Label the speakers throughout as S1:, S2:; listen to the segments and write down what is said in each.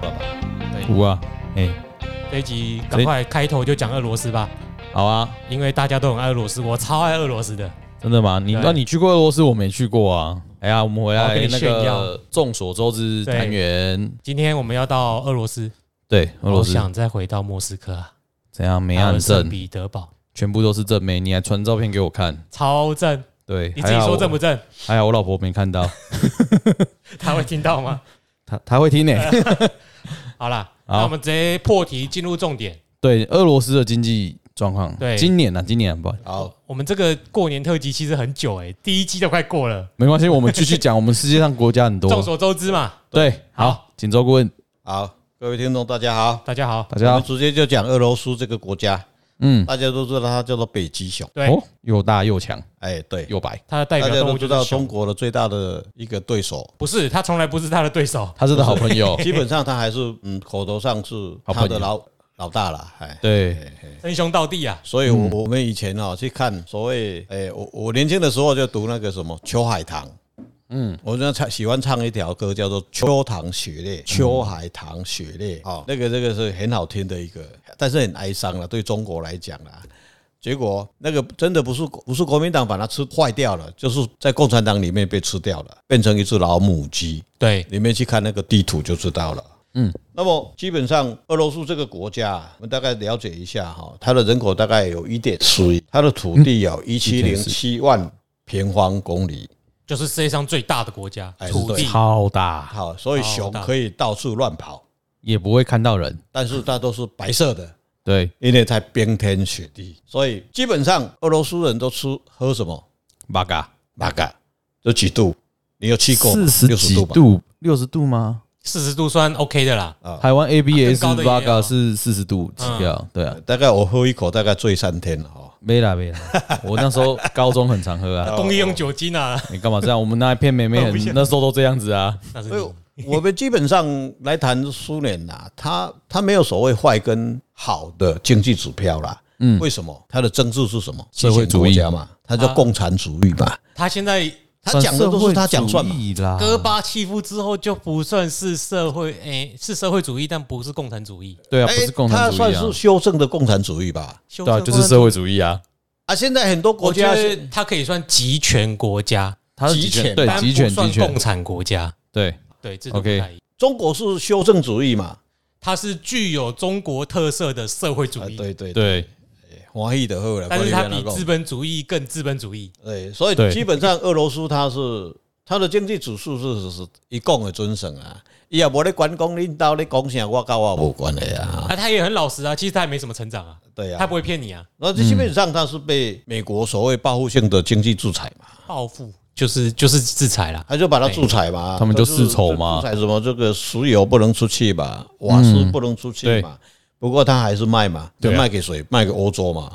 S1: 对，
S2: 五啊，哎、
S1: 这一集赶快开头就讲俄罗斯吧，
S2: 好啊，
S1: 因为大家都很爱俄罗斯，我超爱俄罗斯的。
S2: 真的吗？你
S1: 对
S2: 那你去过俄罗斯，我没去过啊。哎呀，我们回
S1: 好
S2: 来
S1: 跟你
S2: 那
S1: 炫
S2: 个
S1: 耀
S2: 众所周知
S1: 对
S2: 单元，
S1: 今天我们要到俄罗斯，
S2: 对俄罗斯
S1: 好想再回到莫斯科啊，
S2: 怎样没
S1: 还有
S2: 按
S1: 圣
S2: 证，
S1: 彼得堡，
S2: 全部都是正妹，你还传照片给我看。
S1: 超正，
S2: 对，
S1: 你自己说正不
S2: 么？
S1: 正？
S2: 还好我老婆没看 到，
S1: 他会听到吗？
S2: 她她会听呢、
S1: 好啦，
S2: 好
S1: 那我们直接破题进入重点。
S2: 对，俄罗斯的经济状况，
S1: 对
S2: 今年啊，今年啊不好意思，
S3: 好，
S1: 我们这个过年特辑其实很久哎、第一季都快过了。
S2: 没关系，我们继续讲。我们世界上国家很多，
S1: 众所周知嘛，
S2: 对，好，锦州顾问，
S3: 好，各位听众大家好，
S1: 大家好，
S2: 大
S3: 我
S2: 家
S3: 们
S2: 好，
S3: 直接就讲俄罗斯这个国家，
S2: 嗯，
S3: 大家都知道它叫做北极熊，
S1: 对，
S2: 哦，又大又强
S3: 哎，对，
S2: 又白，
S1: 他的代
S3: 大
S1: 表
S3: 家
S1: 动
S3: 都
S1: 物
S3: 知
S1: 就
S3: 道
S1: 是熊，
S3: 中，国的最大的一个对手
S1: 不是他从来不是他的对手，
S2: 他是的好朋 友，
S3: 基本上它还是嗯口头上是
S2: 好
S3: 它
S2: 朋友
S3: 的老老大了，哎。
S2: 对，
S1: 称兄道弟啊，
S3: 所以，我我们以前啊去看所谓，哎、我我年轻的时候就读那个什么秋海棠，嗯，我就唱喜欢唱一条歌叫做《秋堂雪猎》，秋海棠雪猎啊，那个这个是很好听的一个，但是很哀伤了，对中国来讲啦。结果那个真的不是不是国民党把它吃坏掉了，就是在共产党里面被吃掉了，变成一只老母鸡。
S1: 对，
S3: 你们去看那个地图就知道了。嗯，那么基本上俄罗斯这个国家，我们大概了解一下哈，它的人口大概有一点四亿，它的土地有一七零七万平方公里。
S1: 就是世界上最大的国家，
S3: 哎
S1: 土地
S3: 对
S2: 超哦大，
S3: 好，所以熊可以到处乱跑，
S2: 也不会看到人，
S3: 但是它都是白色的，
S2: 对，
S3: 因为它冰天雪地，所以基本上俄罗斯人都吃喝什么？
S2: 八嘎，
S3: 玛嘎，这几度？你有去过吗
S2: 四十
S3: 60
S2: 几
S3: 吧？
S2: 度，六十度吗？
S1: 四十度算 OK 的啦，
S2: 台湾 ABS
S1: 啊更高的也
S2: 八
S1: 有
S2: 嘎是四十度起
S3: 嗯
S2: 跳，对啊，
S3: 大概我喝一口，大概醉三天了哈。
S2: 没啦没啦，我那时候高中很常喝啊，
S1: 公益用酒精啊，
S2: 你干嘛这样？我们那一片妹妹很
S1: 我不想
S2: 那时候都这样子啊，
S1: 那是
S3: 所
S1: 你
S3: 以我们基本上来谈苏联呐，它它没有所谓坏跟好的经济指标啦。嗯，为什么？它的政治是什么？
S2: 社会主义啊
S3: 集权国家嘛，它叫共产主义嘛。
S1: 他现在
S3: 他讲的都是他讲算
S2: 社会
S3: 嘛
S2: 主。义啦，
S1: 戈巴契夫之后就不算是社会，诶、是社会主义，但不是共产主义，
S2: 对啊，
S3: 哎
S2: 不是共
S3: 它
S2: 产主
S3: 算
S2: 义啊
S3: 是，修正的共产主义吧？
S1: 修
S2: 对啊，
S1: 正
S2: 就是社会主义啊，
S3: 啊，现在很多国
S1: 我觉
S3: 家
S1: 得他可以算集权国家，
S2: 他是集
S3: 集
S2: 权，
S3: 权
S2: 对
S1: 但
S2: 集
S1: 不
S2: 权
S1: 算
S2: 集权
S1: 共，产国家，
S2: 对
S1: 对，这都不
S2: OK
S1: 太一样。
S3: 中国是修正主义嘛？
S1: 它是具有中国特色的社会主
S3: 啊，
S1: 义，
S3: 对对对，
S2: 对，
S3: 华裔的后来，
S1: 但是它
S3: 他
S1: 比资本主义更资本主义。
S3: 对，所
S2: 对
S3: 以基本上俄罗斯它是它的经济指数是是是一共的准绳啊，伊也无咧管讲领导咧讲啥，我跟我无关的啊。
S1: 啊，他也很老实啊，其实他也没什么成长啊，
S3: 对呀、
S1: 他不会骗你啊。
S3: 那基本上它是被美国所谓报复性的经济制裁嘛，
S1: 报复就是就是制裁啦，
S3: 他就把它制裁嘛，
S2: 哎他们就
S3: 它
S2: 世仇嘛
S3: 制裁什么这个石油不能出去嘛，瓦斯不能出去嘛，不过他还是卖嘛，就
S2: 对啊
S3: 卖给谁？卖给欧洲嘛。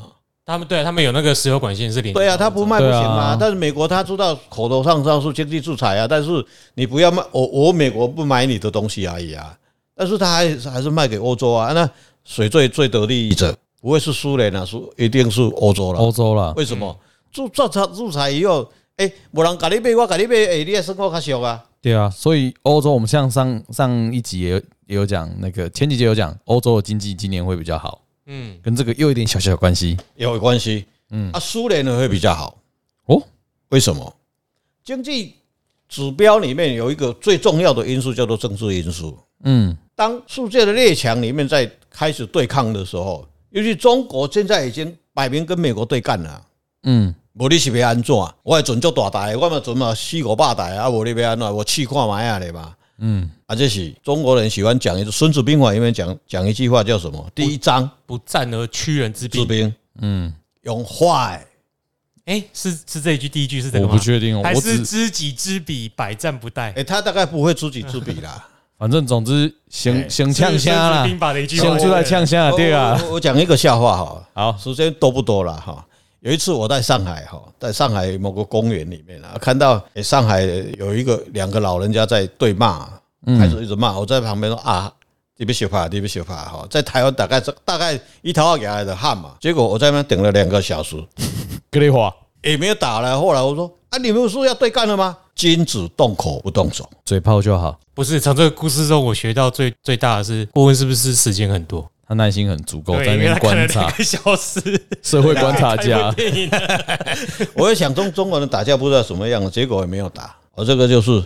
S1: 他们对、啊、他们有那个石油管线是连接
S3: 对呀、啊，他
S1: 到欧洲
S3: 不卖不行
S2: 对啊
S3: 嘛。但是美国他知道口头上上是经济制裁啊，但是你不要卖我，我美国不买你的东西而已啊。但是他还是还是卖给欧洲啊，那谁最最得利者？不会是苏联啊，是一定是欧洲了。
S2: 欧洲嗯啦，
S3: 为什么？入制裁入裁以后，哎、无人甲你买，我甲你买，哎、你的生活较俗啊。
S2: 对啊，所以欧洲我们像上上一集也有也有讲那个前几集有讲欧洲的经济今年会比较好，
S1: 嗯，
S2: 跟这个又有一点小小的关系
S3: 有关系。嗯，啊，苏联呢会比较好
S2: 哦。
S3: 为什么？经济指标里面有一个最重要的因素叫做政治因素。
S2: 嗯，
S3: 当世界的列强里面在开始对抗的时候，尤其中国现在已经摆明跟美国对干了。啊
S2: 嗯，
S3: 无你是要安怎？啊我的船足大台，我嘛船嘛四五百台啊，无你要安怎？我试看卖啊咧嘛。嗯，啊，这是中国人喜欢讲一《孙子兵法》里面讲讲一句话叫什么？第一章
S1: 不战而屈人之
S3: 治
S1: 兵。
S3: 兵，
S2: 嗯，
S3: 用坏。
S1: 哎、是是这一句第一句是这
S2: 我
S1: 个
S2: 不
S1: 吗？
S2: 确定哦，
S1: 还
S2: 我
S1: 是
S2: 只
S1: 知己知彼，百战不殆
S3: 哎、。他大概不会知己知彼啦。
S2: 反正总之
S1: 哎
S2: 先先呛
S1: 是
S2: 虾
S1: 孙
S2: 啦
S1: 子，兵法的一句话，
S2: 先出来呛虾啦，对啊
S3: 我，我我讲一个笑话哈，
S1: 哦
S2: 好，
S3: 时间多不多了哈。有一次我在上海哈，在上海某个公园里面啊，看到、哎上海有一个两个老人家在对骂，
S2: 嗯
S3: 开始一直骂，我在旁边说啊。你别学怕，你别学怕哈！在台湾大概这大概一头二给他的汗嘛，结果我在那边等了两个小时，
S2: 格雷华，
S3: 也没有打了。后来我说啊，你们不是要对干了吗？君子动口不动手。
S2: 嘴炮就好，
S1: 不是从这个故事中我学到最最大的是，顾问是不是时间很多？
S2: 他耐心很足够，
S1: 对，
S2: 在那
S1: 因
S2: 边
S1: 为他看
S2: 观
S1: 了两
S2: 察
S1: 个小时，
S2: 社会观 察
S1: 看
S2: 家
S1: 部。电影啊了
S3: 我也想中中国人打架不知道什么样，结果也没有打。我这个就是，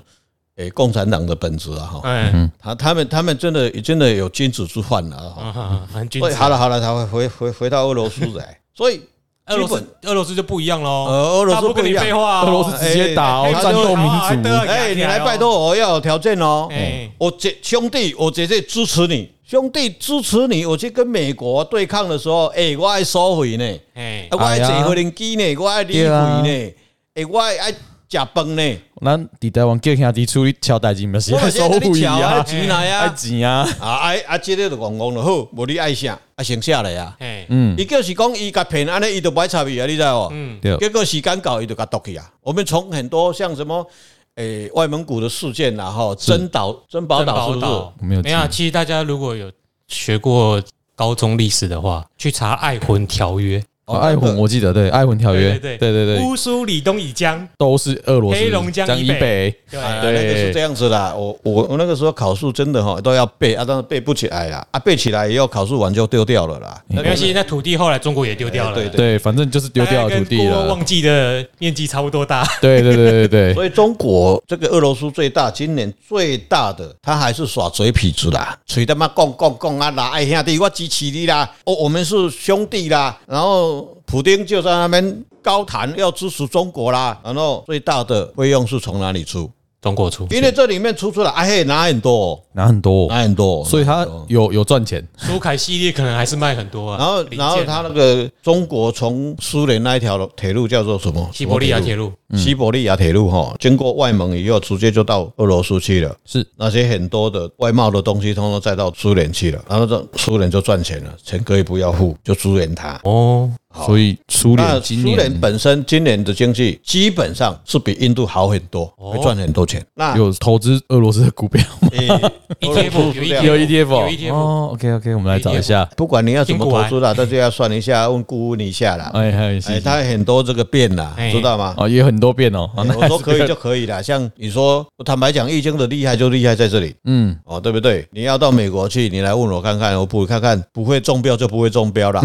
S3: 诶、共产党的本质啊哈。
S1: 嗯
S3: 他他们他们真的真的有君子之患了啊哈。
S1: 啊，很君
S3: 所以
S1: 子。
S3: 好了好了，他会回回回到俄罗斯来。 所以
S1: 俄罗
S3: 基
S1: 斯俄罗斯就不一样喽，
S3: 呃俄罗斯
S1: 他不跟
S3: 不一
S1: 你
S3: 样
S1: 废话哦，
S2: 俄罗斯直接打哦
S3: 哎，哎
S2: 战斗
S1: 好好
S2: 民
S1: 的
S2: 族。
S3: 哎、你来拜托我要有条件哦。
S1: 哦哎，
S3: 我姐兄弟，我姐姐支持你，兄弟支持你。我去跟美国对抗的时候，哎、我爱收回呢，
S2: 嗯
S1: 哎啊
S3: 啊，我爱坐回零机呢，我爱离回呢，哎、我爱爱食饭呢，
S2: 咱伫台湾叫兄弟处理敲代志，不是
S3: 我
S2: 爱收费
S1: 哎
S2: 啊，
S3: 钱来
S2: 爱
S3: 啊，
S2: 钱啊。
S3: 啊啊啊，这个就戆戆就好，无你爱啥，啊先下来啊。
S1: 哎，
S2: 嗯，
S3: 伊就是讲伊甲骗，安尼伊就白插伊啊，你知无？
S1: 嗯
S2: 对
S3: 结果时间到，伊就甲毒去啊。我们从很多像什么诶、外蒙古的事件啦，吼，珍岛、珍宝岛是不是？
S2: 我没有
S1: 没有啊。
S2: 听
S1: 其实大家如果有学过高中历史的话，去查《爱魂条约》，
S2: 哦，爱魂我记得，对，爱魂条约，对
S1: 对
S2: 对对，
S1: 乌苏里东以江，
S2: 都是俄罗斯
S1: 黑龙江以
S2: 以北。
S1: 对，
S3: 啊，
S2: 哎对
S3: 那个是这样子啦。我我我那个时候考试真的哈都要背啊，但是背不起来啦，啊背起来以后考试完就丢掉了啦。
S1: 没
S3: 那
S1: 关
S3: 个
S1: 系，那土地后来中国也丢掉了，
S3: 哎对对
S2: 对，反正就是丢掉的土地
S1: 大概跟郭
S2: 了。
S1: 忘记的面积差不 多大，
S2: 对对对对对，
S3: 所以中国这个俄罗斯最大，今年最大的，他还是耍嘴皮子啦，嘴他妈讲讲讲啊啦，哎兄弟，我支持你啦，哦，我们是兄弟啦。然后普丁就在那边高谈要支持中国啦，然后最大的费用是从哪里出？
S1: 中国出，
S3: 因为这里面出出来，哎嘿，拿很多、
S2: 拿很多
S3: 哦，
S2: 哦，
S3: 拿很多哦、
S2: 所以他有有赚钱。
S1: 苏凯系列可能还是卖很多啊。
S3: 然后，
S1: 零件
S3: 然
S1: 啊
S3: 后他那个中国从苏联那一条铁路叫做什么？
S1: 西伯利亚铁路，
S2: 嗯
S3: 路。西伯利亚铁路哈，经过外蒙以后，直接就到俄罗斯去了。
S2: 是
S3: 那些很多的外贸的东西，通通再到苏联去了。然后这苏联就赚钱了，钱可以不要付，就支援他。
S1: 哦，
S2: 所以苏
S3: 那
S2: 联
S3: 苏
S2: 今年
S3: 联本身今年的经济基本上是比印度好很多，
S1: 哦
S3: 会赚很多钱。那
S2: 有投资俄罗斯的股票吗？
S3: 诶
S1: ETF
S3: 是这样
S1: E 有
S2: 有
S1: ETF
S2: ETF
S1: 哦
S2: 哦哦，OK OK，我们来找一下，
S3: 不管你要怎么投资啦，大家要算一下，问顾问一下啦。
S2: 哎哎，
S3: 哎，
S2: 啊 是
S3: 它很多这个变啦
S1: 哎，
S3: 知道吗？
S2: 哦，也有很多遍哦，哦那
S3: 哎我
S2: 还
S3: 说
S2: 是
S3: 可以就可以啦，像你说，我坦白讲，易经的厉害就厉害在这里
S2: 嗯，
S3: 哦，对不对？你要到美国去，你来问我看看，我补看看，不会中标就不会中标 啦，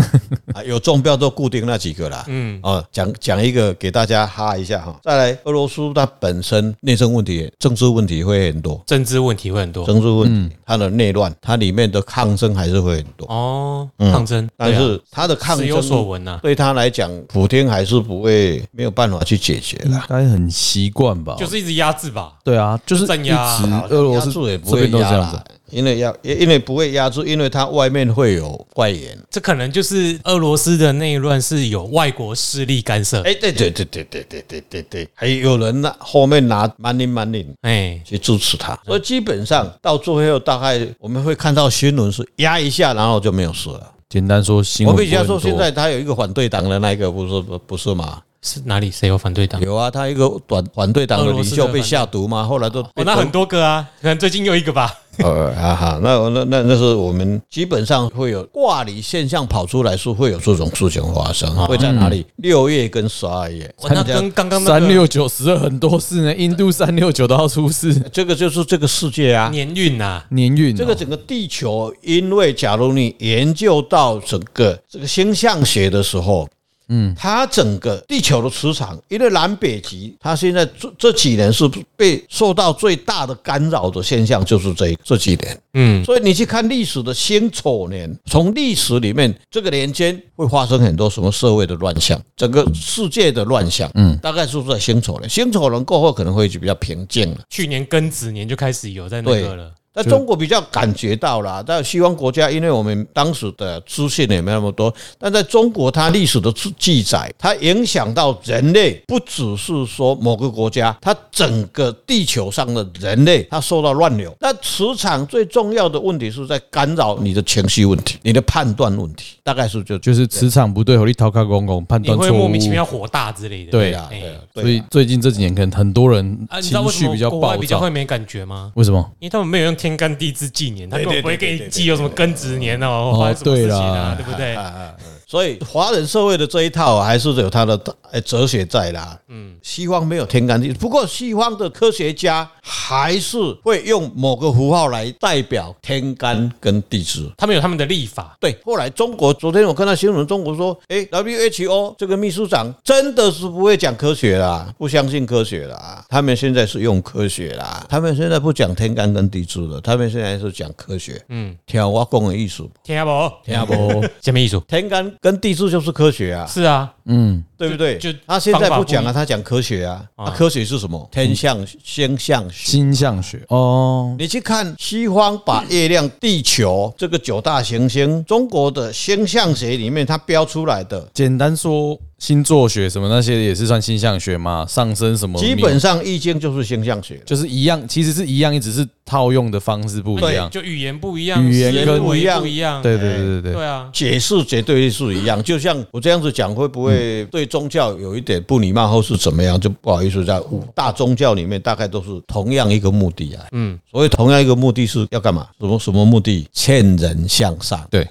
S3: 啊，有中标都固定那几个啦。
S1: 嗯，
S3: 哦，讲讲一个给大家哈一下哈。再来，俄罗斯它本身内政问题、政治问题会很多，
S1: 政治问题会很多
S3: 政治问题
S2: 嗯
S3: 它的内乱，它里面的抗争还是会很多，
S1: 哦，
S3: 嗯
S1: 抗争，
S3: 但
S1: 对啊
S3: 是它的抗
S1: 时有所
S3: 争
S1: 闻啊呐，
S3: 对他来讲，普天还是不会没有办法去解决
S2: 应
S3: 啦。
S2: 该很习惯吧？
S1: 就是一直压制吧。
S2: 对啊，就是一
S1: 镇压啊
S2: 直俄罗斯
S3: 压住也不
S2: 这
S3: 会
S2: 边都是
S3: 压
S2: 这样子
S3: 啦，，因为压因为不会压住，因为它外面会有外援。
S1: 这可能就是俄罗斯的内乱是有外国势力干涉，
S3: 哎，对对对对对对对对对，还有人呢，后面拿 money money
S1: 哎，
S3: 去支持他，所以基本上到最后大概我们会看到新闻是压一下，然后就没有事了。
S2: 简单说，新
S3: 我
S2: 闻
S3: 必须要说，
S2: 不会
S3: 现
S2: 很多
S3: 在他有一个反对党的那一个，不是不不是吗？
S1: 是哪里谁有反对党？
S3: 有啊，他一个反反对党的领袖被下毒嘛，后来都
S1: 哦，那很多个啊，可能最近又一个吧。
S3: 呃，哈哈，那我那那那是我们基本上会有挂离现象跑出来，是会有这种事情发生，会在哪里？六月跟十二月，
S1: 哦那跟刚刚那
S2: 三
S1: 个
S2: 六九十二很多事呢，印度三六九都要出事，
S3: 这个就是这个世界啊。
S1: 年运呐，
S2: 年运哦
S3: 这个整个地球，因为假如你研究到整个这个星象学的时候，嗯，它整个地球的磁场，因为南北极，它现在这这几年是被受到最大的干扰的现象，就是这这几年。
S1: 嗯，
S3: 所以你去看历史的辛丑年，从历史里面这个年间会发生很多什么社会的乱象，整个世界的乱象，嗯，大概是不是在辛丑年？辛丑年过后可能会就比较平静了。
S1: 去年庚子年就开始有在那个了，
S3: 但中国比较感觉到啦，在西方国家，因为我们当时的资讯也没那么多，但在中国，它历史的记记载，它影响到人类，不只是说某个国家，它整个地球上的人类，它受到乱流。那磁场最重要的问题是在干扰你的情绪问题、你的判断问题，大概是就就
S2: 就是磁场不对，和你逃开公公判
S1: 你
S2: 断
S1: 会
S2: 错
S1: 莫
S2: 误
S1: 名，其妙火大之类的。哎
S2: 对
S3: 啊，对啊，对啊
S2: 所以最近这几年可能很多人
S1: 啊，你知道
S2: 情
S1: 为什
S2: 绪
S1: 么
S2: 比较
S1: 国外
S2: 暴
S1: 比较会
S2: 躁，
S1: 没感觉吗？
S2: 为什么？
S1: 因为他们没有用天干地支纪年，他根本不会给
S3: 对
S1: 你
S3: 对对
S1: 记有什么庚子年哦，
S2: 对
S1: 发生什么事情啊，
S2: 哦
S1: 对不对？
S3: 啊啊，嗯所以华人社会的这一套还是有它的呃哲学在啦。嗯，西方没有天干地，不过西方的科学家还是会用某个符号来代表天干跟地支。
S1: 他们有他们的立法，
S3: 对，后来中国昨天我看到新闻，中国说，哎，WHO 这个秘书长真的是不会讲科学啦，不相信科学啦。他们现在是用科学啦，他们现在不讲天干跟地支了，他们现在是讲科学。嗯，听我讲的意思，
S1: 听不？
S3: 听不？
S1: 什么意思？
S3: 天干跟地支就是科学啊，
S1: 是啊，
S2: 嗯，
S3: 对不对？
S1: 就就
S3: 他现在不
S1: 方法
S3: 讲
S1: 不
S3: 啊，
S1: 一
S3: 他讲科学啊。啊科学是什么？天象、星象 学。
S2: 星象学哦，
S3: 你去看西方把月亮、地球这个九大行星，中国的星象学里面它标出来的，
S2: 简单说星座学什么那些也是算星象学嘛，上升什么
S3: 基
S2: 命
S3: 本上易经就是星象学。
S2: 就是一样，其实是一样，只是套用的方式不一样。
S1: 哎就语言不一样，
S2: 语言
S1: 思维
S2: 跟
S1: 不
S3: 不一样
S1: 一样，
S2: 对对对对对，
S1: 对啊，
S3: 解释绝对是一样，就像我这样子讲，会不会对宗教有一点不礼貌，或是怎么样？就不好意思，在五大宗教里面，大概都是同样一个目的啊。嗯，所以同样一个目的是要干嘛？什么什么目的？劝人向上，
S2: 对，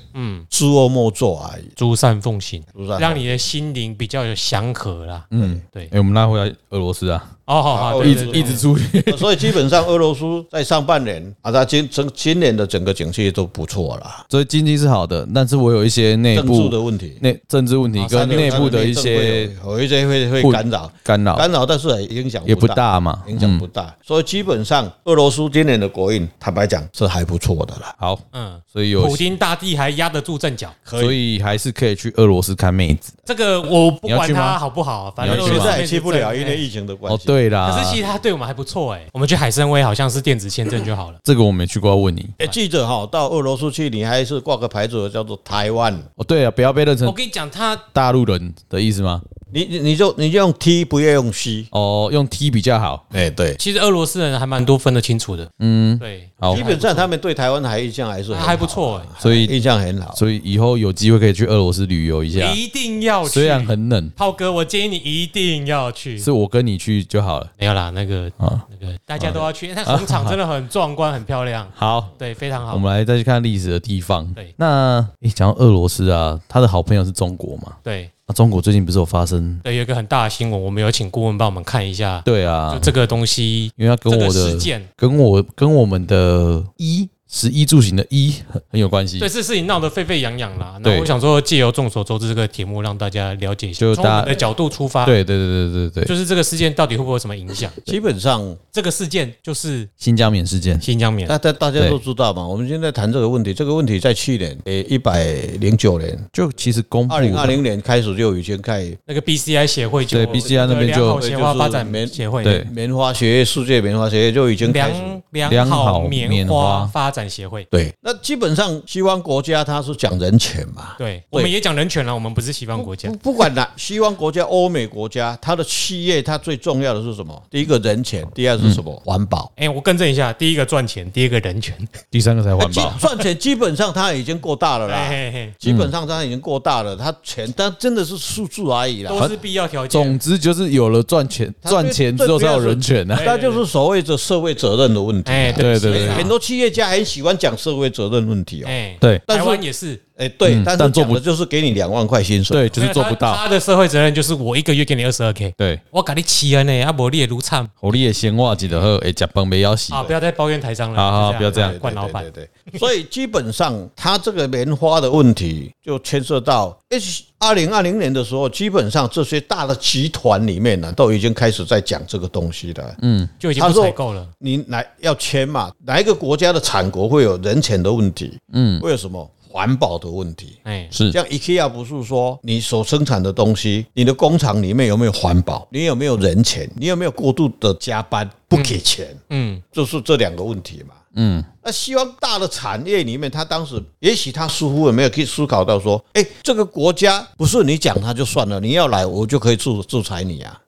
S3: 知恶莫作而已，
S1: 诸善奉行，
S3: 是不是啊？
S1: 让你的心灵比较有祥和啦。嗯，对
S2: 哎、，我们拉回来俄罗斯啊，
S1: 哦，好好，
S3: 好
S1: 对
S2: 一
S1: 对
S2: 直
S1: 对
S2: 一直注意，
S3: 所以基本上俄罗斯在上半年啊，它今整今年的整个景气都不错啦。
S2: 所以经济是好的，但是我有一些内
S3: 政治
S2: 部
S3: 的问题，啊
S2: 内政治问题跟内部的一些
S3: 有一些会会干扰，
S2: 干扰，
S3: 干扰，但是也影响
S2: 也不大嘛。嗯
S3: 影响不大。所以基本上，俄罗斯今年的国运，坦白讲是还不错的啦。
S2: 好，
S1: 嗯，
S2: 所以有
S1: 普，丁大帝还压得住阵脚，
S2: 所以还是可以去俄罗斯看妹子。
S1: 这个我不
S2: 你要
S1: 管
S2: 去
S1: 他
S2: 吗
S1: 好不好，反正
S2: 你要去
S1: 俄
S3: 现
S1: 罗斯
S3: 在也
S1: 妹子
S3: 去不了，
S1: 正
S3: 因为
S1: 哎
S3: 疫情的关
S2: 哦，
S3: 系。
S2: 对啦，
S1: 可是其实他对我们还不错哎，我们去海参崴好像是电子签证就好了。
S2: 这个我没去过，要问你。
S3: 哎，记者哈，到俄罗斯去，你还是挂个牌子叫做台湾，
S2: 哦，对啊，不要被认
S1: 我
S2: 成
S1: 跟你讲，他
S2: 大陆人的意思吗？
S3: 你你你就你就用 T，不要用 C。
S2: 哦，用 T 比较好。
S3: 哎，对，
S1: 其实俄罗斯人还蛮多分得清楚的，嗯，对，
S2: 好
S3: 基，本上他们对台湾还印象还是很
S1: 他
S3: 好啊
S1: 还不，错哎，
S2: 所以
S3: 印象很好。
S2: 所以以后有机会可以去俄罗斯旅游一下，
S1: 一定要哎去。
S2: 虽然很冷，
S1: 炮哥，我建议你一定要去。
S2: 是我跟你去就好了。
S1: 没有啦，那个
S2: 啊
S1: 那个大家都要去，因为它红场真的很壮观，很漂亮，
S2: 好，
S1: 对，非常
S2: 我
S1: 好。
S2: 们来再去看历史的地方。
S1: 对
S2: 那你讲到俄罗斯啊，他的好朋友是中国嘛？
S1: 对
S2: 那中国最近不是有发生？
S1: 对，有一个很大的新闻，我们有请顾问帮我们看一下，
S2: 对
S1: 就
S2: 啊，
S1: 这个东西，
S2: 因为他
S1: 这
S2: 跟
S1: 个
S2: 我
S1: 事
S2: 的嗯
S1: 件，
S2: 跟我跟我们的衣食衣住行的衣很很有关系
S1: 对，。这事情闹得沸沸扬扬啦。那
S2: 对
S1: 我想说，借由众所周知这个题目，让大家了解一下，
S2: 就
S1: 从我
S2: 大
S1: 们的角度出发，，
S2: 对对对对对对，
S1: 就是这个事件到底会不会有什么 影响？
S3: 基本上，
S1: 这个事件就是
S2: 新疆棉事件。
S1: 新疆棉，
S3: 大家大家都知道嘛。我们现在谈这个问题，这个问题在去年，诶，一百零九年，
S2: 就其实公布
S3: 二零二零年开始就已经开
S1: 那个 BCI 协会就
S2: 对 BCI 那边就
S1: 良好棉花发展
S3: 就是棉
S1: 协会，
S2: 对
S3: 棉花学业，世界棉花学业就已经开始。
S1: 良良
S2: 良
S1: 好
S2: 好
S1: 棉
S2: 棉
S1: 花
S2: 花
S1: 发展协会。
S3: 对，那基本上西方国家它是讲人权嘛，
S1: 对，我们也讲人权了，我们不是西方国家
S3: 不，不管哪西方国家、欧美国家，它的企业它最重要的是什么？第一个人权，第二是什
S2: 嗯
S3: 么？环保。
S1: 哎、我更正一下，第一个赚钱，第一个人权。
S2: 第三个才环
S3: 基
S2: 保，
S3: 赚钱基本上它已经够大了
S1: 嘿
S3: 啦，
S1: 嘿嘿，
S3: 基本上它已经够大了，它钱它真的是数字而已啦。
S1: 都是必要条件。
S2: 总之就是有了赚钱，
S3: 他
S2: 赚钱之后才有人权啊。
S1: 对
S3: 那就是所谓的社会责任的问题。
S1: 哎、
S2: 对对
S1: 是啊
S3: 很多企业家很喜欢讲社会责任问题哦。
S1: 哎，
S2: 对
S1: 台
S3: 但
S1: 湾
S3: 是
S1: 也是，
S3: 哎，对
S2: 嗯，
S3: 但是
S2: 但做
S3: 讲
S2: 不
S3: 的就是给你两万块薪水。
S2: 对，就是做不
S1: 他
S2: 到。
S1: 他的社会责任就是我一个月给你二十二 k，
S2: 对，
S1: 我给你七恩呢，阿伯你也如惨
S2: 我你的闲话记得喝，哎，假崩没要洗
S1: 啊！。不要再抱怨台商了，
S2: 好好
S1: 就
S2: 不要这样
S1: 惯老板
S3: 对。对对对所以基本上，他这个棉花的问题就牵涉到 H 二零二零年的时候，基本上这些大的集团里面呢，都已经开始在讲这个东西了。嗯，
S1: 就已经不
S3: 他说
S1: 采购了。
S3: 你来要签嘛，哪一个国家的产国会有人权的问题？嗯，会有什么环保的问题？
S1: 哎，
S2: 是
S3: 像 IKEA 不是说你所生产的东西，你的工厂里面有没有环保？你有没有人权？你有没有过度的加班不给钱？
S1: 嗯，
S3: 就是这两个问题嘛。嗯，那西方大的产业里面，他当时也许他似乎也没有去思考到说，哎、这个国家不是你讲他就算了，你要来我就可以制制裁你啊。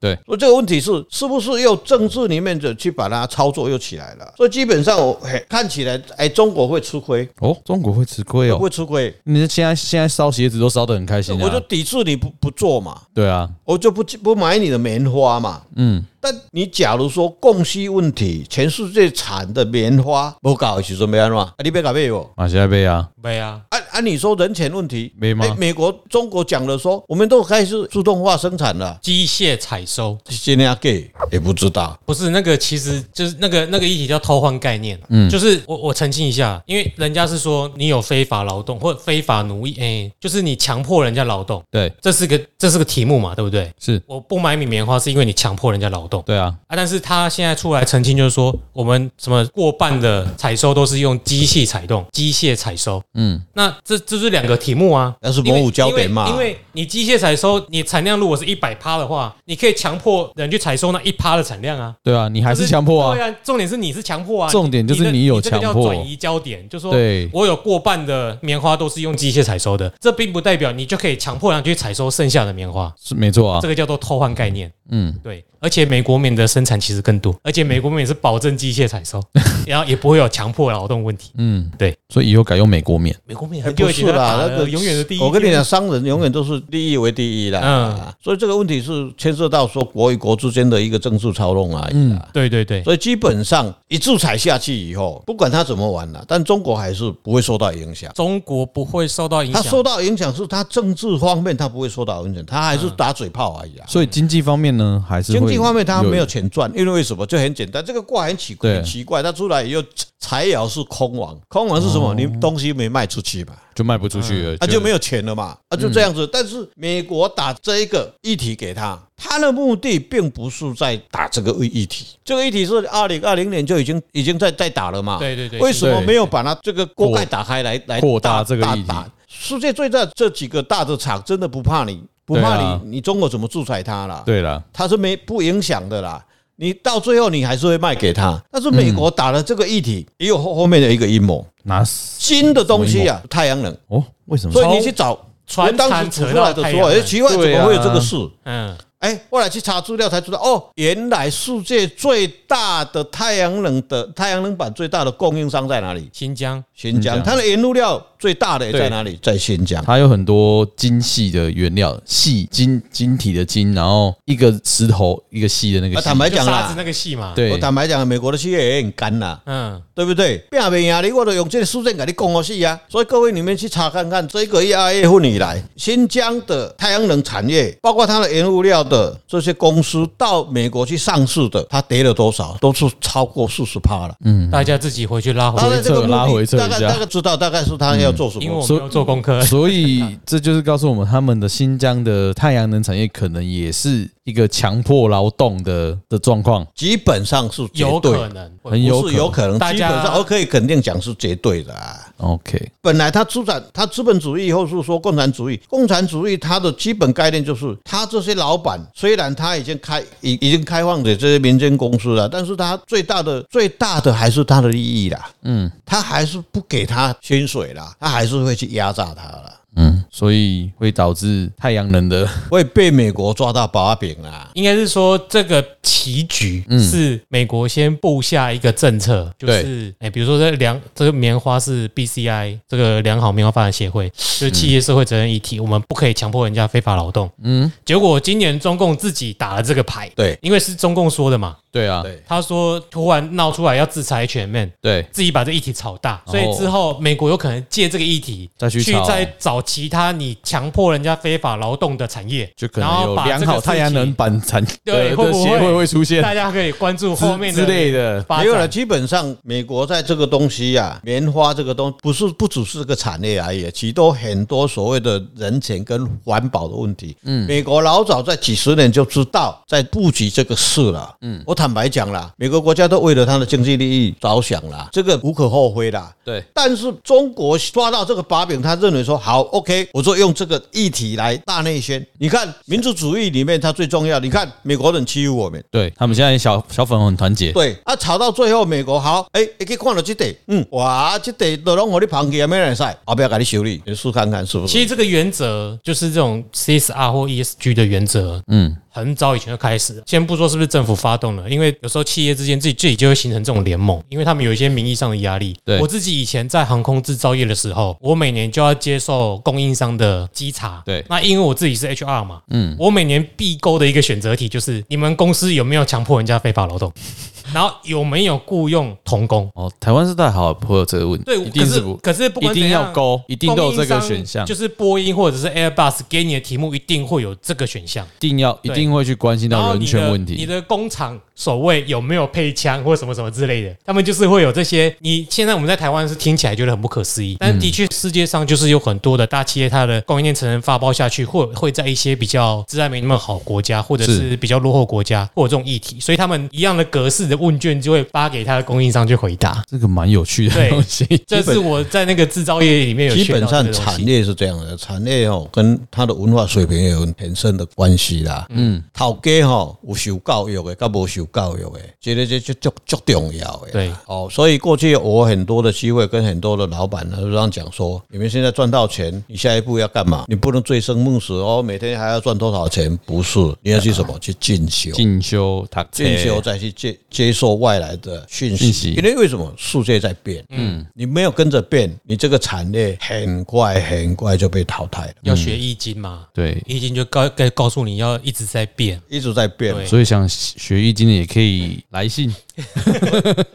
S2: 对，
S3: 所以这个问题是是不是又政治里面的去把它操作又起来了？所以基本上我嘿看起来，哎，中国会吃亏，
S2: 哦，中国会吃亏
S3: 会不
S2: 哦。
S3: 会吃亏？
S2: 你现在现在烧鞋子都烧得很开心
S3: 我就
S2: 啊。
S3: 抵制你不不做嘛，
S2: 对啊，
S3: 我就不不买你的棉花嘛。嗯，但你假如说供需问题，全世界产的棉花不搞的时候要安怎么样嘛？啊，你别搞咩哦。
S2: 马西亚贝啊，
S1: 没啊，
S3: 啊啊！啊，你说人权问题
S2: 没吗
S3: 诶美国、中国讲了说，我们都开始自动化生产了，
S1: 机械采收
S3: 今天给也不知道，
S1: 不是那个，其实就是那个那个议题叫偷换概念。嗯，就是我我澄清一下，因为人家是说你有非法劳动或非法奴役，哎、就是你强迫人家劳动，
S2: 对，
S1: 这是个这是个题目嘛，对不对？
S2: 是，
S1: 我不买米棉花是因为你强迫人家劳动。
S2: 对啊，
S1: 啊，但是他现在出来澄清，就是说我们什么过半的采收都是用机器采动、机械采收，
S2: 嗯，
S1: 那这这是两个题目啊，
S3: 那是模糊焦点嘛
S1: 因为因为因为你机械采收，你产量如果是一百趴的话，你可以强迫人去采收那一趴的产量啊，
S2: 对啊，你还
S1: 就是
S2: 强迫啊
S1: 对，啊，重点是你是强迫啊，
S2: 重点就是
S1: 你
S2: 你有
S1: 这个叫
S2: 强迫
S1: 转移焦点，就说
S3: 啊
S2: 对
S1: 我有过半的棉花都是用机械采收的，这并不代表你就可以强迫人去采收剩下的棉花，
S2: 是没错啊
S1: 这，个叫做偷换概念。
S2: 嗯，
S1: 对，而且美国棉的生产其实更多，而且美国棉是保证机械采 收，然后也不会有强迫劳动问题。
S2: 嗯，
S1: 对，
S2: 所以以后改用美国面，
S1: 美国棉
S3: 哎
S1: 很久
S3: 不
S1: 以
S3: 是
S1: 前就打
S3: 啦，那
S1: 了
S3: 个
S1: 永远的第一。
S3: 我跟你讲，，商人永远都是利益为第一啦。啊
S1: 嗯
S3: 所以这个问题是牵涉到说国与国之间的一个政治操弄而已啦。
S1: 对对对，
S3: 所以基本上一制裁下去以后，不管他怎么玩了、但中国还是不会受到影响。
S1: 中国不会受到影
S3: 他
S1: 响。
S3: 受到影响是他政治方面，他不会受到影响，他还是打嘴炮而已啊。
S2: 所以经济方面呢，还是
S3: 经
S2: 会
S3: 济方面他没有钱赚，因为为什么？就很简单，这个卦很奇
S2: 对
S3: 很奇怪，他出来以后财爻是空亡，空亡是什么？你东西没卖出去嘛，
S2: 就嗯卖不出去了，
S3: 啊就没
S2: 有，
S3: 有钱了嘛，啊就这样子。但是美国打这一个议题给他，他的目的并不是在打这个议题，这个议题是二零二零年就已经已经在在打了嘛。
S1: 对对对
S3: 为什么
S2: 对
S3: 没有把它这个锅盖打开来来
S2: 扩大
S3: 大
S2: 这个
S3: 大
S2: 议题
S3: 打世界最大这几个大的厂真的不怕你，不
S2: 对
S3: 怕
S2: 啊
S3: 你，你中国怎么制裁他啦？
S2: 对了，
S3: 他是没不影响的啦。你到最后你还是会卖给他，但是
S2: 嗯
S3: 美国打了这个议题，也有后后面的一个阴谋，
S2: 拿
S3: 新的东西啊，太阳能，
S2: 哦，为什么？
S3: 嗯所以你去找
S1: 船
S3: 当时指出来的时候，哎，奇怪，怎
S2: 对啊
S3: 么会有这个事？
S1: 嗯，
S3: 哎，后来去查资料才知道，哦，原来世界最大的太阳能的太阳能板最大的供应商在哪里？
S1: 新疆
S3: 新
S2: 新
S3: 疆，
S2: 疆
S3: 它的原物料最大的也
S2: 对
S3: 在哪里？在新疆。
S2: 它有很多精细的原料，细晶晶体的晶，然后一个石头一个细的那个
S3: 啊，
S2: 细，
S3: 坦白
S1: 就
S3: 讲
S1: 沙子
S3: 啦
S1: 那，个戏嘛，，
S2: 对
S3: 我，坦白讲，啊美国的企业也很干呐、
S1: 嗯，
S3: 对不对？拼命赢你，我都用这个事件给你讲好死啊！所以各位，你们去查看看，这个 E 月二月份以来，新疆的太阳能产业，包括它的原物料的这些公司到美国去上市的，它跌了多少？都是超过四十趴了。
S1: 大家自己回去拉回
S3: 当
S1: 来，
S3: 然，这个目的
S2: 拉回撤一下
S3: 大概大概知道大概是它要做什
S1: 因为
S3: 么。
S1: 我没有做功课。
S2: 所以这就是告诉我们，他们的新疆的太阳能产业可能也是一个强迫劳动的的状况，
S3: 基本上是绝
S1: 有
S3: 对
S1: 可，能，
S2: 很有
S3: 不是有可能，
S1: 大
S3: 基
S1: 家
S3: 本上我哦可以肯定讲是绝对的、啊。
S2: OK，
S3: 本来他资产，他资本主义，或是说共产主义，共产主义它的基本概念就是，他这些老板虽然他已经开已已经开放给这些民间公司了，但是他最大的最大的还是他的利益啦，嗯，他还是不给他薪水啦，他还是会去压榨他啦，
S2: 嗯，所以会导致太阳能的
S3: 会被美国抓到把柄啦。
S1: 应该是说这个棋局
S2: 嗯
S1: 是美国先布下一个政策，就是哎、比如说这良这个棉花是 BCI 这个良好棉花发展协会，就是企业社会责任议
S2: 嗯
S1: 题，我们不可以强迫人家非法劳动。嗯，结果今年中共自己打了这个牌，
S3: 对
S1: 因为是中共说的嘛，
S2: 对啊，
S3: 对，
S1: 他说突然闹出来要制裁全面。
S2: 对，
S1: 自己把这议题炒大，所以
S2: 哦
S1: 之后美国有可能借这个议题
S2: 再去
S1: 去
S2: 炒
S1: 再找其他你强迫人家非法劳动的产业，
S2: 就可
S1: 然
S2: 能
S1: 后
S2: 有
S1: 把
S2: 良
S1: 这个
S2: 好太阳
S1: 事情
S2: 能板产
S1: 对
S2: 的
S1: 会
S2: 的
S1: 不会
S2: 协会会出现
S1: 大家可以关注后面
S2: 之之类的，
S1: 发
S3: 没有了，
S1: 展。
S3: 基本上美国在这个东西呀、啊，棉花这个东不是不只是个产业而已，其都很多所谓的人权跟环保的问题。嗯，美国老早在几十年就知道在布局这个事了。嗯，我坦白讲啦，美国国家都为了他的经济利益着想啦，这个无可厚非啦。
S2: 对，
S3: 但是中国抓到这个把柄，他认为说好，OK，我就用这个议题来大内宣。你看民族主义里面，它最重要。你看美国人欺负我们，
S2: 对他们现在小小粉红很团结，
S3: 对，啊，吵到最后，美国好，哎、欸，去看到这地，嗯，哇，这地都拢我你旁起，没人使，后壁啊给你修理，你试看看是不
S1: 其
S3: 是？
S1: 实这个原则就是这种 CSR 或 ESG E 的原则，
S2: 嗯，
S1: 很早以前就开始了。先不说是不是政府发动了，因为有时候企业之间自己自己就会形成这种联盟，因为他们有一些名义上的压力。
S2: 对
S1: 我自己以前在航空制造业的时候，我每年就要接受供应商的稽查。
S2: 对
S1: 那因为我自己是 HR 嘛，
S2: 嗯
S1: 嗯，我每年必勾的一个选择题就是你们公司有没有强迫人家非法劳动， 然后有没有雇佣童工。
S2: 哦，台湾是太好，不会有这个问题，
S1: 对，
S2: 一定
S1: 可
S2: 是
S1: 是
S2: 不，
S1: 可是不
S2: 一
S1: 管
S2: 定
S1: 怎
S2: 要
S1: 样
S2: 勾，一定都有这
S1: 供
S2: 个
S1: 应商
S2: 选项，
S1: 就是波音或者是 Airbus 给你的题目一定会有这个选项。
S2: 一定要一
S1: 对
S2: 定会去关心
S1: 然
S2: 到
S1: 后
S2: 人
S1: 你
S2: 权
S1: 的
S2: 问
S1: 你
S2: 题。
S1: 的工厂所谓有没有配枪或什么什么之类的，他们就是会有这些。你现在我们在台湾是听起来觉得很不可思议，
S2: 嗯
S1: 但的确世界上就是有很多的大企业，它的供应链层层发包下去，或会在一些比较治安没那么好国家，或者
S2: 是
S1: 是比较落后国家，会有这种议题，所以他们一样的格式的问卷就会发给他的供应商去回答。
S2: 这个蛮有趣的
S1: 对
S2: 东西，
S1: 这是我在那个制造业里面有
S3: 基
S1: 学
S3: 本
S1: 到的
S3: 上
S1: 东西
S3: 产业是这样的，产业哦跟它的文化水平也有很深的关系啦。嗯，头家吼有受教育的，甲无受教育的，这个这就足足重要的。
S1: 对，
S3: 哦，所以过去我很多的机会跟很多的老板呢都这样讲说，你们现在赚到钱，你下一步要干嘛？你不能醉生梦死哦，每天还要赚多少钱？不是，你要去什么？去进修。
S2: 进修他
S3: 进修再去接接受外来的讯
S2: 讯
S3: 息，
S2: 息
S3: 因为为什么世界在变，嗯，你没有跟着变，你这个产业很快很快就被淘汰了，
S1: 要学易经嘛，
S2: 对，
S1: 易经就告该告诉你要一直在变。
S3: 一直在变，
S1: 对
S2: 所以想学易经的也可以来信，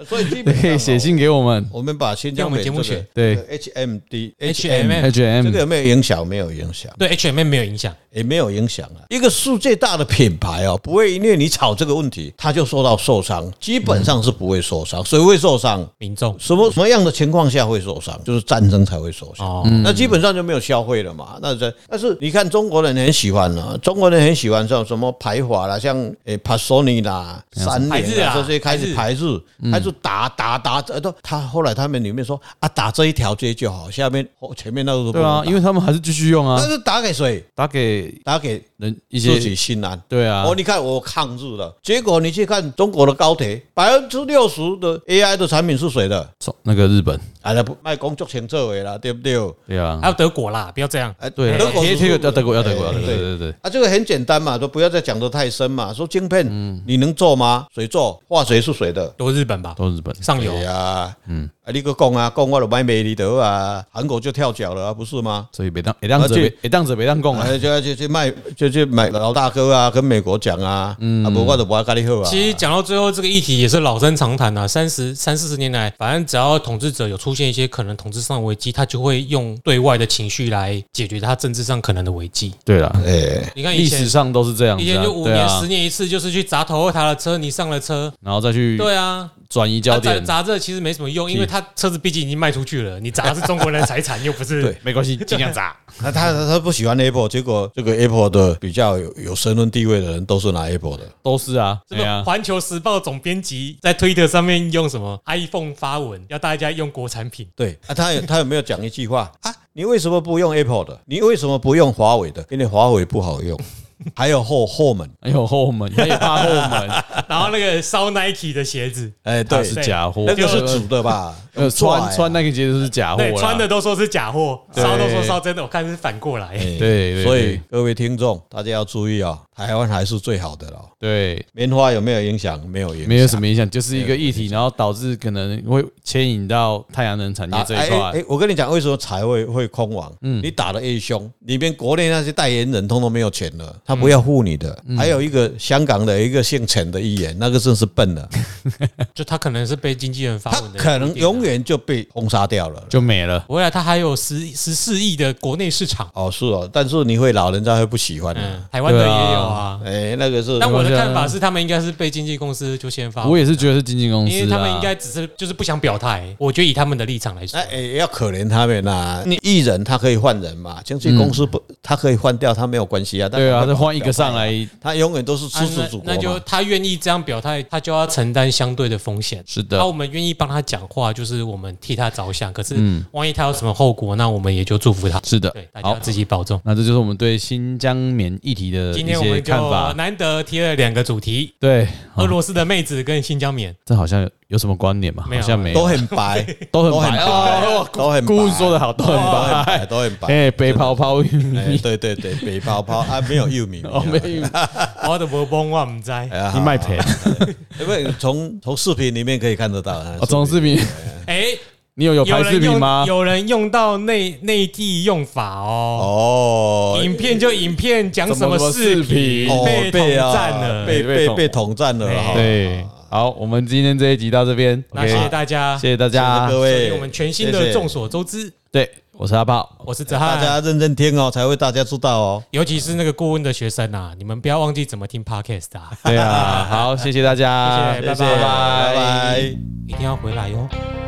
S3: 所以基
S2: 也
S3: 本
S2: 可
S3: 上
S2: 以
S3: 哦
S2: 写，信给我们。
S3: 我们把新疆北这
S1: 用我们
S3: 个
S1: 节目选
S2: 对
S3: HMD
S1: HMM
S2: H
S3: 这
S2: M 啊
S3: 个有没有影响？没有影响，
S1: 对 H M 没有影响，
S3: 也没有影响啊。一个世界大的品牌哦，不会因为你炒这个问题，它就受到受伤，基本上是不会受伤。谁会受伤？
S1: 民众
S3: 什么什么样的情况下会受伤？就是战争才会受伤。
S2: 嗯
S1: 哦，
S3: 那基本上就没有消费了嘛。那这但是你看中国人很喜欢啊，中国人很喜欢像什么排华啦，像诶 Pasoni 啦、三
S1: 排日
S3: 菱啦
S1: 啊
S3: 这些开始排日，
S2: 嗯
S3: 开始打打打，呃都他后来他们里面说啊，打这一条街就好，下面后前面那个都不
S2: 对
S3: 能
S2: 啊，
S3: 打
S2: 因为他们还是继续用啊
S3: 但，是打给谁？
S2: 打给
S3: 打给
S2: 人一
S3: 自己
S2: 些
S3: 心安。
S2: 对啊
S3: 哦，，你看我抗日了，结果你去看中国的高铁，百分之六十的 AI 的产品是谁的？
S2: 从那个日本，
S3: 啊，那不卖工作前作为啦，对不对？
S2: 对啊
S1: 还，有德国啦，不要这样。
S3: 哎，
S2: 对啊，
S3: 德国
S2: 贴
S3: 是
S2: 贴要德国要德国要
S3: 哎
S2: 德国，对对
S3: 对
S2: 对，
S3: 啊，这个很简单嘛，都不要再讲得太深嘛。说晶片，你能做吗？谁做？化学是谁的？
S1: 都日本吧，
S2: 都是日本，
S1: 上游
S3: 对呀、嗯，啊，你个讲啊，讲我就买美利德啊，韩国就跳脚了啊，不是吗？
S2: 所以别当别当者
S3: 而且
S2: 别当者别当供啊，
S3: 啊，就要就去卖，就去买老大哥啊，跟美国讲啊，啊，不我就不爱跟你好啊。
S1: 其实讲到最后，这个议题也是老生常谈啊。三十三四十年来，反正只要统治者有出现一些可能统治上的危机，他就会用对外的情绪来解决他政治上可能的危机。
S2: 对啦，
S3: 哎、
S1: 你看以
S2: 历史
S1: 前，
S2: 上都是这样
S1: 以
S2: 子
S1: 前
S2: 啊
S1: 就，五
S2: 对
S1: 年、
S2: 啊
S1: 十，年一次，就是去砸头他的车，你上了车，
S2: 然后再去
S1: 对啊。
S2: 转移
S1: 他
S2: 焦
S1: 砸
S2: 点，
S1: 砸这其实没什么用，因为他车子毕竟已经卖出去了，你砸的是中国人的财产，又不是
S2: 对，没关系，尽量砸。
S3: 那啊他他他不喜欢 Apple，结果这个 Apple 的比较有有身份地位的人都是拿 Apple 的。
S2: 都是啊，
S1: 这
S2: 对
S1: 个
S2: 啊
S1: 《环球时报》总编辑在推特上面用什么 iPhone 发文，要大家用国产品。
S3: 对啊，他有他有没有讲一句话啊？你为什么不用 Apple 的？你为什么不用华为的？因为华为不好用， 还有后后门。
S2: 还有哎后门，他也怕后门，
S1: 然后那个烧 Nike 的鞋子，
S3: 哎，
S2: 他
S3: 对
S2: 是，假货，
S3: 那个是主的吧？
S2: 呃穿穿
S3: 那
S2: 那个鞋子是假货
S1: 对，
S2: 啊啦，
S1: 穿的都说是假货，
S2: 对
S1: 烧都说烧真的，我看是反过来。
S2: 对
S3: 对
S2: 对
S3: 哎所以各位听众大家要注意哦，台湾还是最好的了。
S2: 对，
S3: 棉花有没有影响？没有影响，
S2: 没有什么影响，就是一个议题，然后导致可能会牵引到太阳能产
S3: 啊。
S2: 业这一
S3: 哎
S2: 块嗯
S3: 哎，我跟你讲，为什么财会会空亡？你打了 A 凶，里面国内那些代言人通通没有钱了，
S2: 嗯
S3: 他不要护你的。还有一个香港的一个姓陈的议员，那个真是笨了，
S1: 就他可能是被经纪人发
S3: 他
S1: 文的，
S3: 可能永。远就被封杀掉了。
S2: 就没了。
S1: 未来啊他还有十十四亿的国内市场，
S3: 哦，是哦，但是你会老人家会不喜欢的、
S1: 嗯，台湾的
S2: 对啊
S1: 也有啊。
S3: 哎，那个是
S1: 但我的看法是，他们应该是被经纪公司就先发
S2: 我
S1: 文，
S2: 也是觉得是经纪公司
S1: 因
S2: 啊，
S1: 为他们应该只是就是不想表态。我觉得以他们的立场来说啊
S3: 哎、，哎要可怜他们呐、你艺人他可以换人嘛，经纪公司不，他可以换掉，他没有关系啊。但
S2: 嗯对啊，
S3: 他
S2: 再换一个上来，
S3: 他永远都是
S1: 啊
S3: 支持祖
S1: 那
S3: 国
S1: 那就
S3: 嘛。
S1: 他愿意这样表态，他就要承担相对的风险。
S2: 是
S1: 那、
S2: 的
S1: 我，们愿意帮他讲话，就是我们替他着想。可是，万一他有什么后果，那我们也就祝福他。
S2: 是的
S1: 对，，大家
S2: 好。
S1: 自己保重。
S2: 那这就是我们对新疆棉议题的
S1: 今
S2: 一
S1: 天我
S2: 些
S1: 们就
S2: 看法。嗯
S1: 难得提了两个主题：
S2: 对，哦
S1: 俄罗斯的妹子跟新疆棉。
S2: 这好像有有什么关联吗？
S1: 没有
S2: 好像没
S3: 都
S2: 有，
S3: 很白，
S2: 都 很白
S3: 白啊
S2: 哦，
S3: 都很白
S2: 顾问说的好，都很
S3: 都很
S2: 白
S3: 白，，都很白。
S2: 哎，北跑跑玉
S3: 哎，
S2: 米，
S3: 对对对，北泡泡啊，没有玉米，
S2: 哦，没有玉米，
S1: 我都无帮，我唔知。哎、
S3: 哎呀
S2: 你卖赔，
S3: 因为从从视频里面可以看得到啊
S2: 哦，总视频，你有有
S1: 有
S2: 排视
S1: 人
S2: 频
S1: 用
S2: 吗？
S1: 哎有人用到内内地用法哦。
S3: 哦，
S1: 影片就影片，讲什么视频
S3: 哦
S1: 被统
S3: 被
S1: 战
S3: 啊，
S1: 了。
S3: 被
S2: 被
S3: 被
S2: 捅
S3: 被统战了哈。
S2: 对，好，我们今天这一集到这边
S1: 那谢谢
S2: ，OK，
S1: 大家，
S2: 谢谢大
S3: 谢
S2: 家
S3: 谢各，
S1: 收
S3: 位，
S1: 听我们全新
S3: 谢
S1: 的
S3: 谢
S1: 众所周知，
S2: 对，我是阿炮，
S1: 我是子
S3: 大
S1: 翰，
S3: 家认真听哦，才会大家知道哦。
S1: 尤其是那个顾问的学生啊，你们不要忘记怎么听 podcast 啊，
S2: 对啊，好，谢谢大家，
S1: 谢谢
S3: 谢谢
S1: 拜拜
S3: 拜拜。
S1: 一定要回来哟。哦